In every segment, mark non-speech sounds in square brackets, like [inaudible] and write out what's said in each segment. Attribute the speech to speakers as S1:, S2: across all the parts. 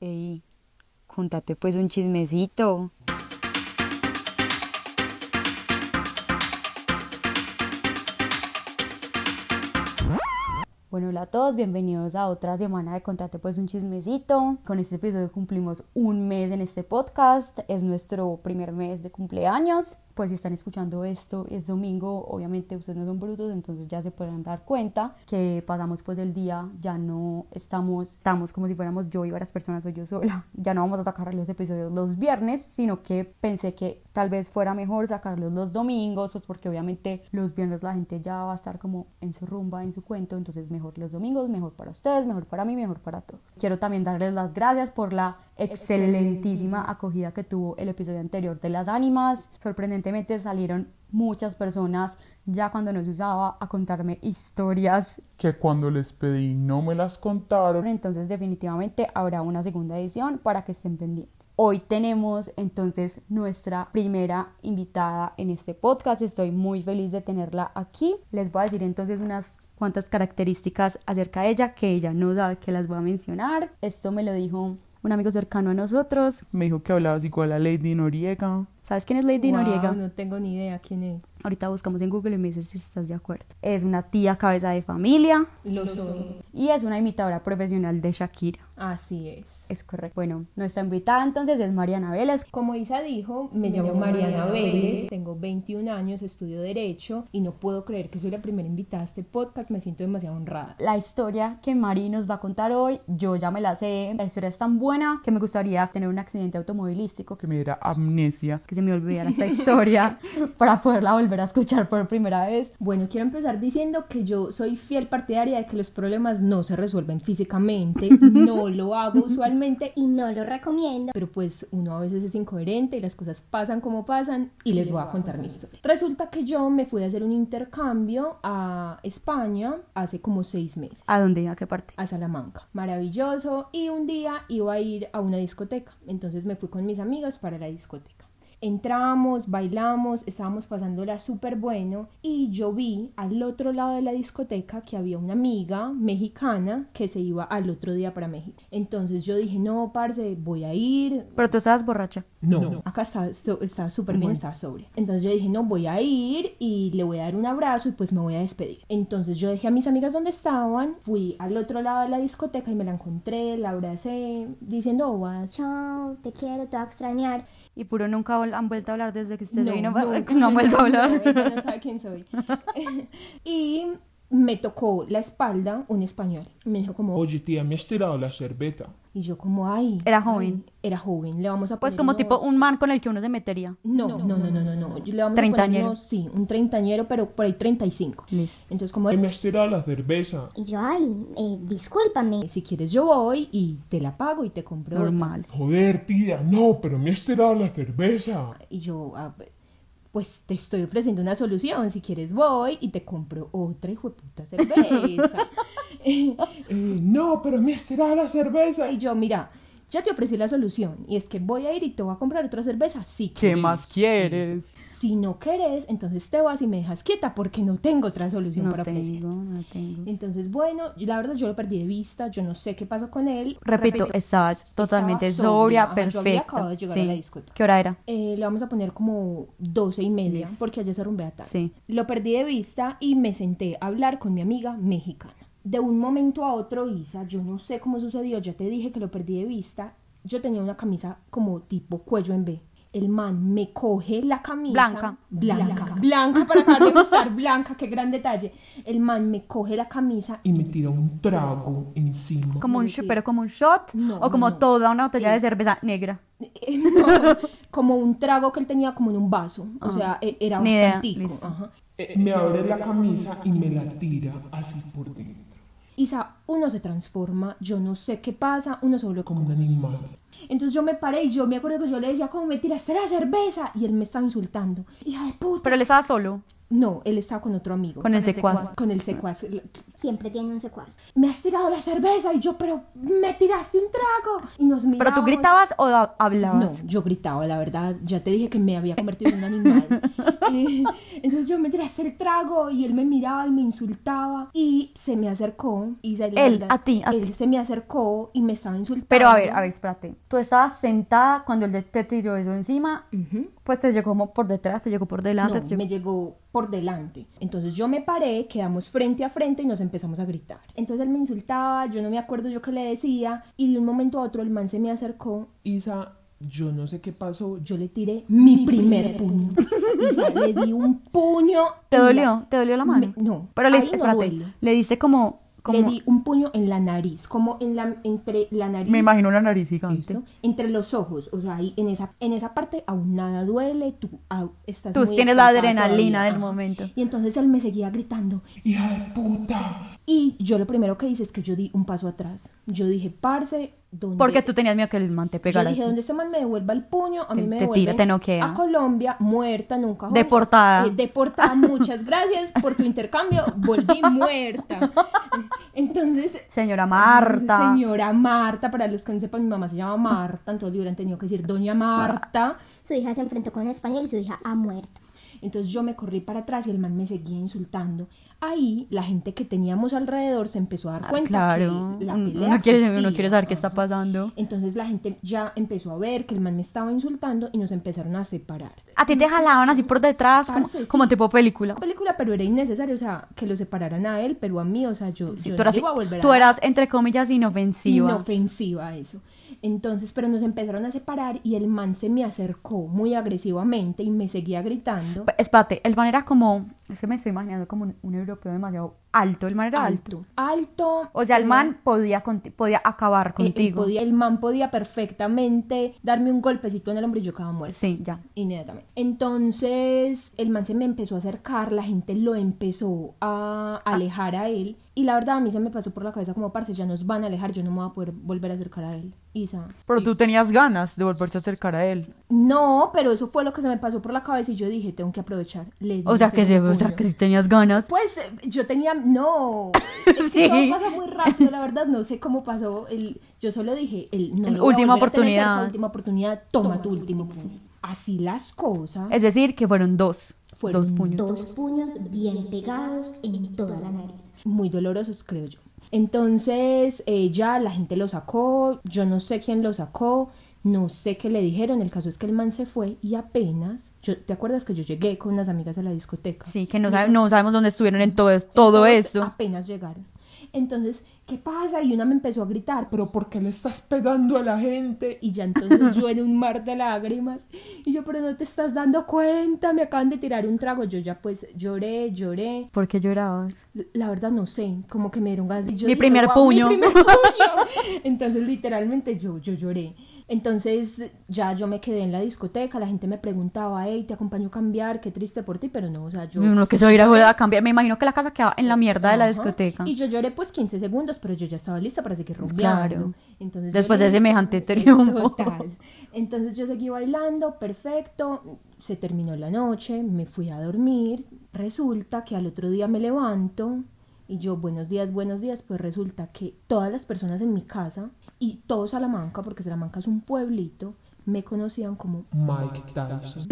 S1: Ey, contate pues un chismecito. Bueno, hola a todos, bienvenidos a otra semana de Contate pues un chismecito. Con este episodio cumplimos un mes en este podcast, es nuestro primer mes de cumpleaños. Pues si están escuchando esto, es domingo, obviamente ustedes no son brutos, entonces ya se podrán dar cuenta que pasamos pues el día, ya no estamos, estamos como si fuéramos yo y varias personas o yo sola. [laughs] Ya no vamos a sacar los episodios los viernes, sino que pensé que tal vez fuera mejor sacarlos los domingos, pues porque obviamente los viernes la gente ya va a estar como en su rumba, en su cuento, entonces mejor los domingos, mejor para ustedes, mejor para mí, mejor para todos. Quiero también darles las gracias por la excelentísima acogida que tuvo el episodio anterior de las ánimas. Sorprendentemente salieron muchas personas ya cuando nos usaba a contarme historias.
S2: que cuando les pedí no me las contaron.
S1: Entonces definitivamente habrá una segunda edición para que estén pendientes. Hoy tenemos entonces nuestra primera invitada en este podcast. Estoy muy feliz de tenerla aquí. Les voy a decir entonces unas cuantas características acerca de ella que ella no sabe que las voy a mencionar. Esto me lo dijo un amigo cercano a nosotros.
S2: Me dijo que hablabas igual a Lady Noriega.
S1: ¿Sabes quién es Lady
S3: Guau,
S1: Noriega?
S3: No tengo ni idea quién es.
S1: Ahorita buscamos en Google y me dices si estás de acuerdo. Es una tía cabeza de familia
S3: Lo son.
S1: y es una imitadora profesional de Shakira.
S3: Así es.
S1: Es correcto. Bueno, nuestra invitada entonces es Mariana Vélez.
S3: Como Isa dijo, me, llamo, Mariana Vélez, tengo 21 años, estudio Derecho y no puedo creer que soy la primera invitada a este podcast, me siento demasiado honrada.
S1: La historia que Mari nos va a contar hoy, yo ya me la sé. La historia es tan buena que me gustaría tener un accidente automovilístico
S2: Que me diera amnesia.
S1: que se me olvidara esta [laughs] historia para poderla volver a escuchar por primera vez.
S3: Bueno, quiero empezar diciendo que yo soy fiel partidaria de que los problemas no se resuelven [laughs] físicamente, no lo hago usualmente y no lo recomiendo, pero pues uno a veces es incoherente y las cosas pasan como pasan y les voy a contar mi historia. Resulta que yo me fui a hacer un intercambio a España hace como seis meses
S1: ¿A dónde? ¿A qué parte?
S3: a Salamanca. Maravilloso. Y un día iba a ir a una discoteca. Entonces me fui con mis amigos para la discoteca. Entramos, bailamos, estábamos pasándola súper bueno y yo vi al otro lado de la discoteca que había una amiga mexicana que se iba al otro día para México. Entonces yo dije, no, parce, voy a ir,
S1: Pero tú estabas borracha.
S3: Acá estaba so- estaba súper bien, estaba sobre. Entonces yo dije, no, voy a ir y le voy a dar un abrazo y pues me voy a despedir. Entonces yo dejé a mis amigas donde estaban, fui al otro lado de la discoteca y me la encontré, la abracé, diciendo, oh, what?
S4: chao, te quiero, te va a extrañar.
S1: Y puro nunca vol- han vuelto a hablar desde que usted se vino.
S3: nunca.
S1: No han vuelto a hablar.
S3: No, ella no sabe quién soy. y me tocó la espalda un español. Me dijo como,
S2: Oye, tía, me has tirado la cerveza.
S3: y yo como, ay.
S1: [laughs] Era joven.
S3: ay, Era joven, le vamos a
S1: Pues
S3: poner
S1: como
S3: unos-
S1: tipo un man con el que uno se metería.
S3: No, no, no, no, no, no. Yo le vamos a poner
S1: Treintañero.
S3: unos- sí, un treintañero, pero por ahí 35.
S1: Listo.
S3: Entonces, como
S2: Me has tirado la cerveza.
S4: Y yo, ay, eh, discúlpame.
S3: si quieres yo voy y te la pago y te compro otra".
S1: Normal.
S2: Joder, tía, no, pero me has tirado la cerveza.
S3: Y yo, "Ah, pues te estoy ofreciendo una solución, si quieres voy y te compro otra hijo de
S1: [laughs]
S3: puta cerveza.
S2: Eh, no, pero me has tirado la cerveza.
S3: y yo, mira, ya te ofrecí la solución y es que voy a ir y te voy a comprar otra cerveza, sí.
S2: ¿Qué más quieres?
S3: Si no querés, entonces te vas y me dejas quieta porque no tengo otra solución
S1: No
S3: para ofrecer.
S1: tengo, no tengo.
S3: Entonces, bueno, la verdad yo lo perdí de vista, yo no sé qué pasó con él.
S1: Repito, estabas totalmente
S3: Estaba
S1: sobria,
S3: sobria, ajá, yo había
S1: perfecta.
S3: acabado de llegar a la discoteca.
S1: ¿Qué hora era?
S3: Eh, le vamos a poner como 12 y media, porque ayer se rumbea tarde.
S1: Sí.
S3: Lo perdí de vista y me senté a hablar con mi amiga mexicana. De un momento a otro, Isa, yo no sé cómo sucedió, ya te dije que lo perdí de vista. Yo tenía una camisa como tipo cuello en B. El man me coge la camisa.
S1: Blanca.
S3: Blanca. Blanca, para acabar de gustar. Blanca, qué gran detalle. El man me coge la camisa
S2: Y me tira un trago encima.
S1: Como un sh- pero como un shot
S3: No,
S1: o como
S3: no, no.
S1: toda una botella de cerveza negra.
S3: Eh, [laughs] no, como un trago que él tenía como en un vaso. O sea, e- era
S1: Ah. Ni idea,
S3: bastantico.
S1: listo.
S3: ajá.
S2: Eh, me abre la camisa y me la tira así por dentro.
S3: Isa, uno se transforma, yo no sé qué pasa, uno solo
S2: Como un animal.
S3: Entonces yo me paré y yo me acuerdo que yo le decía, ¿cómo me tiraste la cerveza? Y él me estaba insultando. Hija de puta.
S1: Pero él estaba solo
S3: No, él estaba con otro amigo.
S1: con el secuaz.
S3: Con el secuaz, el-
S4: siempre tiene un secuaz.
S3: Me has tirado la cerveza y yo, pero me tiraste un trago. Y nos miramos.
S1: ¿Pero tú gritabas o ha-
S3: No,
S1: hablabas?
S3: yo gritaba, la verdad. Ya te dije que me había convertido en un animal.
S1: [laughs]
S3: Eh, entonces yo me tiré a hacer trago y él me miraba y me insultaba. Y se me acercó. Y se- la
S1: Él,
S3: verdad,
S1: a ti, a
S3: él
S1: ti.
S3: se me acercó y me estaba insultando.
S1: Pero a ver, a ver, espérate. Tú estabas sentada cuando él te tiró eso encima. Pues te llegó como por detrás, te llegó por delante.
S3: No,
S1: te llegó-
S3: me llegó por delante. Entonces yo me paré, quedamos frente a frente y nos empezamos a gritar. Entonces él me insultaba, yo no me acuerdo yo qué le decía. Y de un momento a otro el man se me acercó.
S2: Isa, yo no sé qué pasó.
S3: Yo le tiré mi primer puño. [laughs] O sea, le di un puño.
S1: ¿Te
S3: en la-
S1: dolió? ¿Te dolió la mano?
S3: Me- no,
S1: Pero le,
S3: ahí no
S1: espérate,
S3: duele.
S1: le dice como... como...
S3: Le di un puño en la nariz, como en la, entre la nariz.
S1: Me imagino una nariz gigante.
S3: eso, entre los ojos, o sea, ahí en esa, en esa parte aún nada duele, tú au- estás
S1: Tú
S3: muy
S1: tienes la
S3: exaltada
S1: adrenalina del
S3: ajá.
S1: momento.
S3: Y entonces él me seguía gritando,
S2: Hija de puta.
S3: Y yo lo primero que hice es que yo di un paso atrás. Yo dije, parce, ¿dónde?
S1: Porque tú tenías miedo que el man te
S3: Yo
S1: pegara.
S3: dije, donde este man me devuelva el puño,
S1: Te-
S3: a mí me
S1: te tira,
S3: devuelven
S1: te noquea.
S3: a Colombia, muerta, nunca joven.
S1: Deportada.
S3: Eh, deportada, muchas gracias por tu intercambio, volví
S1: [laughs]
S3: muerta. Entonces...
S1: Señora Marta.
S3: Señora Marta, para los que no sepan, mi mamá se llama Marta, entonces le hubieran tenido que decir Doña Marta.
S4: Su hija se enfrentó con un español y su hija ha muerto.
S3: Entonces yo me corrí para atrás y el man me seguía insultando. Ahí la gente que teníamos alrededor se empezó a dar
S1: Ah,
S3: cuenta
S1: claro.
S3: que la
S1: Uno-
S3: pelea
S1: uno quiere-
S3: existía.
S1: uno quiere saber qué está pasando.
S3: Entonces la gente ya empezó a ver que el man me estaba insultando y nos empezaron a separar.
S1: A ti te jalaban así por detrás, como,
S3: Parce, sí.
S1: como tipo película.
S3: Película, pero era innecesario, o sea, que lo separaran a él, pero a mí, o sea, yo,
S1: Sí,
S3: yo
S1: tú,
S3: no
S1: eras,
S3: iba a volver a
S1: tú eras, entre comillas, inofensiva.
S3: inofensiva eso. Entonces, pero nos empezaron a separar y el man se me acercó muy agresivamente y me seguía gritando.
S1: Pe- Espérate, el man era como... Es que me estoy imaginando como un, un europeo demasiado alto. El man era alto.
S3: Alto. Alto.
S1: O sea, el
S3: eh,
S1: man podía, conti- podía acabar
S3: Eh, él
S1: contigo.
S3: podía- el man podía perfectamente darme un golpecito en el hombro y yo quedaba muerta.
S1: Sí, ya.
S3: Inmediatamente. Entonces, el man se me empezó a acercar, la gente lo empezó a
S1: Ah.
S3: alejar a él. Y la verdad, a mí se me pasó por la cabeza como, parce, ya nos van a alejar, yo no me voy a poder volver a acercar a él. Isa.
S1: Pero tú tenías ganas de volverte a acercar a él.
S3: No, pero eso fue lo que se me pasó por la cabeza y yo dije, tengo que aprovechar. Le di
S1: O sea,
S3: un
S1: que, sí,
S3: segundo
S1: o sea,
S3: puño.
S1: que sí tenías ganas.
S3: Pues eh, yo tenía, no, es
S1: [laughs] Sí.
S3: que todo pasa muy rápido, la verdad no sé cómo pasó, el, yo solo dije, el, no,
S1: El
S3: lo voy a
S1: última
S3: volver a tener cerca,
S1: oportunidad.
S3: última oportunidad, toma, tu último puño. Así las cosas,
S1: Es decir, que fueron dos.
S3: Fueron
S1: dos puños.
S4: Dos puños bien pegados en toda la nariz.
S3: muy dolorosos creo yo. Entonces eh, ya la gente lo sacó, yo no sé quién lo sacó, no sé qué le dijeron, el caso es que el man se fue y apenas, yo, ¿te acuerdas que yo llegué con unas amigas a la discoteca?
S1: Sí, que no, sabe- no sabemos dónde estuvieron en todo, es- todo
S3: Entonces,
S1: eso.
S3: Apenas llegaron. Entonces, ¿qué pasa? Y una me empezó a gritar, pues,
S2: Pero ¿por qué le estás pegando a la gente?
S3: Y
S1: [laughs]
S3: ya entonces yo en un mar de lágrimas. Y yo, pero no te estás dando cuenta, me acaban de tirar un trago. Yo ya pues lloré, lloré.
S1: ¿Por qué llorabas?
S3: L- La verdad no sé, como que me dieron ganas. de- yo
S1: Mi primer
S3: "Guau, mi
S1: puño". [laughs]
S3: primer puño. Entonces literalmente yo, yo lloré. Entonces ya yo me quedé en la discoteca, la gente me preguntaba, hey, te acompaño a cambiar, qué triste por ti, pero no, o sea, yo...
S1: Uno que se va a ir a, a cambiar. Me imagino que la casa quedaba en la mierda de la
S3: Ajá.
S1: discoteca.
S3: Y yo lloré pues 15 segundos, pero yo ya estaba lista para seguir rumbeando.
S1: Claro.
S3: Entonces,
S1: Después
S3: yo
S1: de
S3: lista.
S1: semejante triunfo.
S3: Total. Entonces yo seguí bailando, perfecto. Se terminó la noche, me fui a dormir. Resulta que al otro día me levanto y yo, buenos días, buenos días. Pues resulta que todas las personas en mi casa y todo Salamanca, porque Salamanca es un pueblito, me conocían como
S2: Mike Tyson.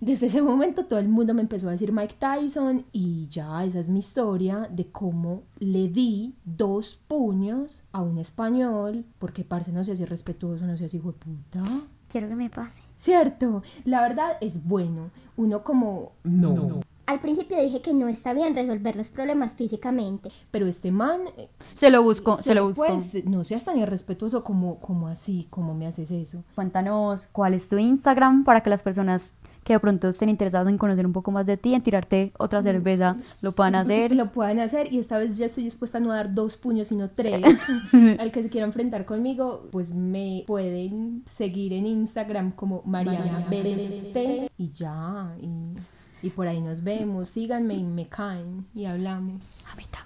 S3: Desde ese momento todo el mundo me empezó a decir Mike Tyson y ya esa es mi historia de cómo le di dos puños a un español porque parce no seas irrespetuoso, no seas hijo de puta.
S4: Quiero que me pase.
S3: Cierto, la verdad es bueno. Uno como,
S2: No.
S4: Al principio dije que no está bien resolver los problemas físicamente.
S3: pero este man eh,
S1: Se lo buscó, se, lo
S3: fue,
S1: buscó.
S3: se- no seas tan irrespetuoso como, como así, como me haces eso.
S1: Cuéntanos cuál es tu Instagram para que las personas que de pronto estén interesadas en conocer un poco más de ti, en tirarte otra cerveza, lo puedan hacer.
S3: lo puedan hacer y esta vez ya estoy dispuesta a no dar dos puños sino tres
S1: [laughs]
S3: al que se quiera enfrentar conmigo pues me pueden seguir en Instagram como Mariana Bereste y ya y, y por ahí nos vemos síganme y me caen y hablamos
S1: [laughs] A mí también.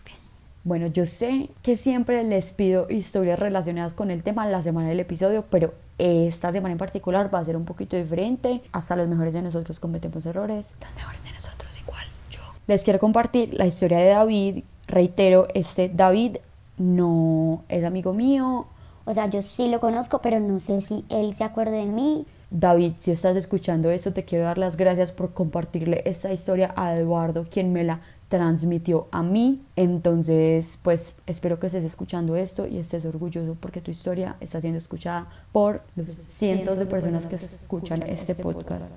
S1: Bueno, yo sé que siempre les pido historias relacionadas con el tema en la semana del episodio, pero esta semana en particular va a ser un poquito diferente. Hasta los mejores de nosotros cometemos errores. Los mejores de nosotros igual, yo.
S5: Les quiero compartir la historia de David. Reitero, este David no es amigo mío.
S4: O sea, yo sí lo conozco, pero no sé si él se acuerda de mí.
S5: David, si estás escuchando esto, te quiero dar las gracias por compartirle esta historia a Eduardo, quien me la transmitió a mí. Entonces, pues espero que estés escuchando esto y estés orgulloso porque tu historia está siendo escuchada por los cientos de personas que escuchan este podcast.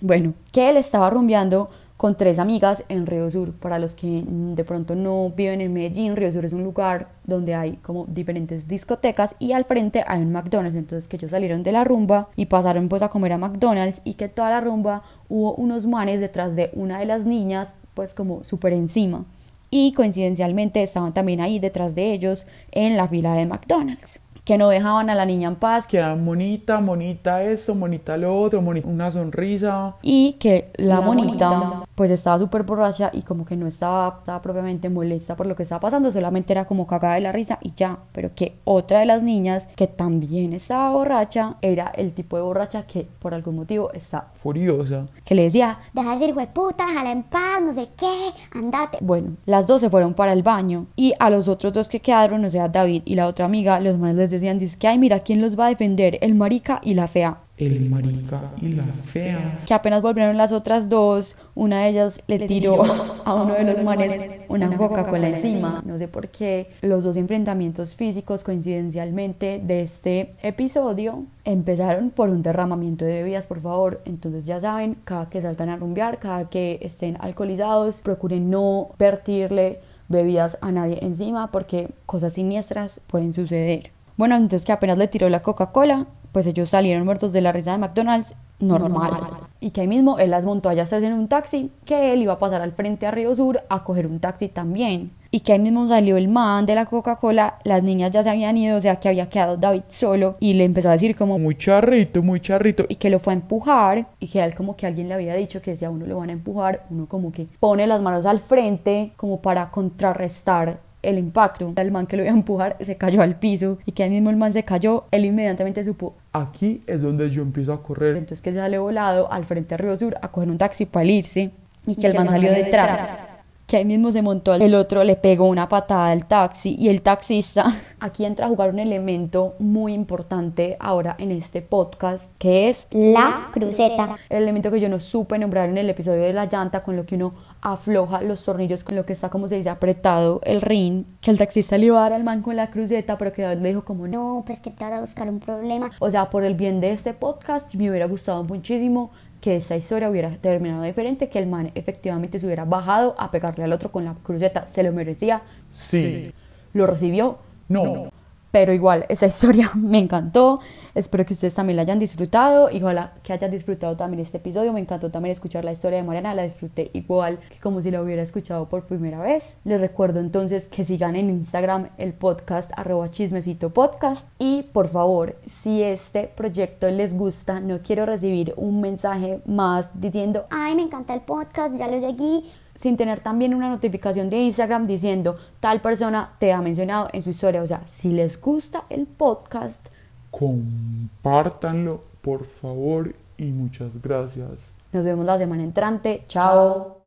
S5: Bueno, que él estaba rumbeando con tres amigas en Río Sur. Para los que mm, de pronto no viven en Medellín, Río Sur es un lugar donde hay como diferentes discotecas y al frente hay un McDonald's. Entonces que ellos salieron de la rumba y pasaron pues a comer a McDonald's y que toda la rumba hubo unos manes detrás de una de las niñas pues como súper encima. Y coincidencialmente estaban también ahí detrás de ellos en la fila de McDonald's. Que no dejaban a la niña en paz,
S6: Que era monita, monita esto, monita lo otro, monita una sonrisa.
S5: y que la, monita, pues estaba súper borracha y como que no estaba, estaba propiamente molesta por lo que estaba pasando, solamente era como cagada de la risa y ya, pero que otra de las niñas que también estaba borracha era el tipo de borracha que por algún motivo está,
S6: Furiosa.
S5: que le decía,
S4: Deja de ser puta, déjala en paz, no sé qué, andate.
S5: bueno, las dos se fueron para el baño y a los otros dos que quedaron, o sea, David y la otra amiga, los manes les decían, dice que, ay, mira, ¿quién los va a defender? El marica y la fea.
S6: El marica y la fea.
S5: que apenas volvieron las otras dos, una de ellas le, tiró [laughs] a uno de los manes una Coca-Cola encima. No sé por qué los dos enfrentamientos físicos coincidencialmente de este episodio empezaron por un derramamiento de bebidas, por favor. Entonces ya saben, cada que salgan a rumbear, cada que estén alcoholizados, procuren no vertirle bebidas a nadie encima porque cosas siniestras pueden suceder. Bueno, entonces que apenas le tiró la Coca-Cola, pues ellos salieron muertos de la risa de McDonald's, normal. Y que ahí mismo él las montó allá en un taxi, que él iba a pasar al frente a Río Sur a coger un taxi también. Y que ahí mismo salió el man de la Coca-Cola, las niñas ya se habían ido, o sea que había quedado David solo y le empezó a decir como
S6: Muy charrito, muy charrito.
S5: y que lo fue a empujar y que a él como que alguien le había dicho que si a uno lo van a empujar, uno como que pone las manos al frente como para contrarrestar el impacto. El man que lo iba a empujar se cayó al piso y que ahí mismo el man se cayó, él inmediatamente supo
S6: Aquí es donde yo empiezo a correr.
S5: entonces que sale volado al frente a Río Sur a coger un taxi para irse y que el man salió detrás. Que ahí mismo se montó el otro, le pegó una patada al taxi y el taxista. [laughs] Aquí entra a jugar un elemento muy importante ahora en este podcast, que es
S4: La cruceta.
S5: el elemento que yo no supe nombrar en el episodio de la llanta, con lo que uno afloja los tornillos, con lo que está, como se dice, apretado el rin, que el taxista le iba a dar al man con la cruceta, pero que David le dijo como no.
S4: No, pues que te vas a buscar un problema.
S5: O sea, por el bien de este podcast, me hubiera gustado muchísimo que esa historia hubiera terminado diferente, que el man efectivamente se hubiera bajado a pegarle al otro con la cruceta, se lo merecía,
S6: Sí.
S5: lo recibió,
S6: No.
S5: pero igual, esa [laughs] historia me encantó. Espero que ustedes también la hayan disfrutado y ojalá que hayan disfrutado también este episodio. Me encantó también escuchar la historia de Mariana, la disfruté igual que como si la hubiera escuchado por primera vez. Les recuerdo entonces que sigan en Instagram el podcast arroba chismecito podcast y por favor, si este proyecto les gusta, no quiero recibir un mensaje más diciendo
S4: Ay, me encanta el podcast, ya lo seguí.
S5: sin tener también una notificación de Instagram diciendo tal persona te ha mencionado en su historia. O sea, si les gusta el podcast,
S6: Compártanlo, por favor, y muchas gracias.
S5: nos vemos la semana entrante. Chao.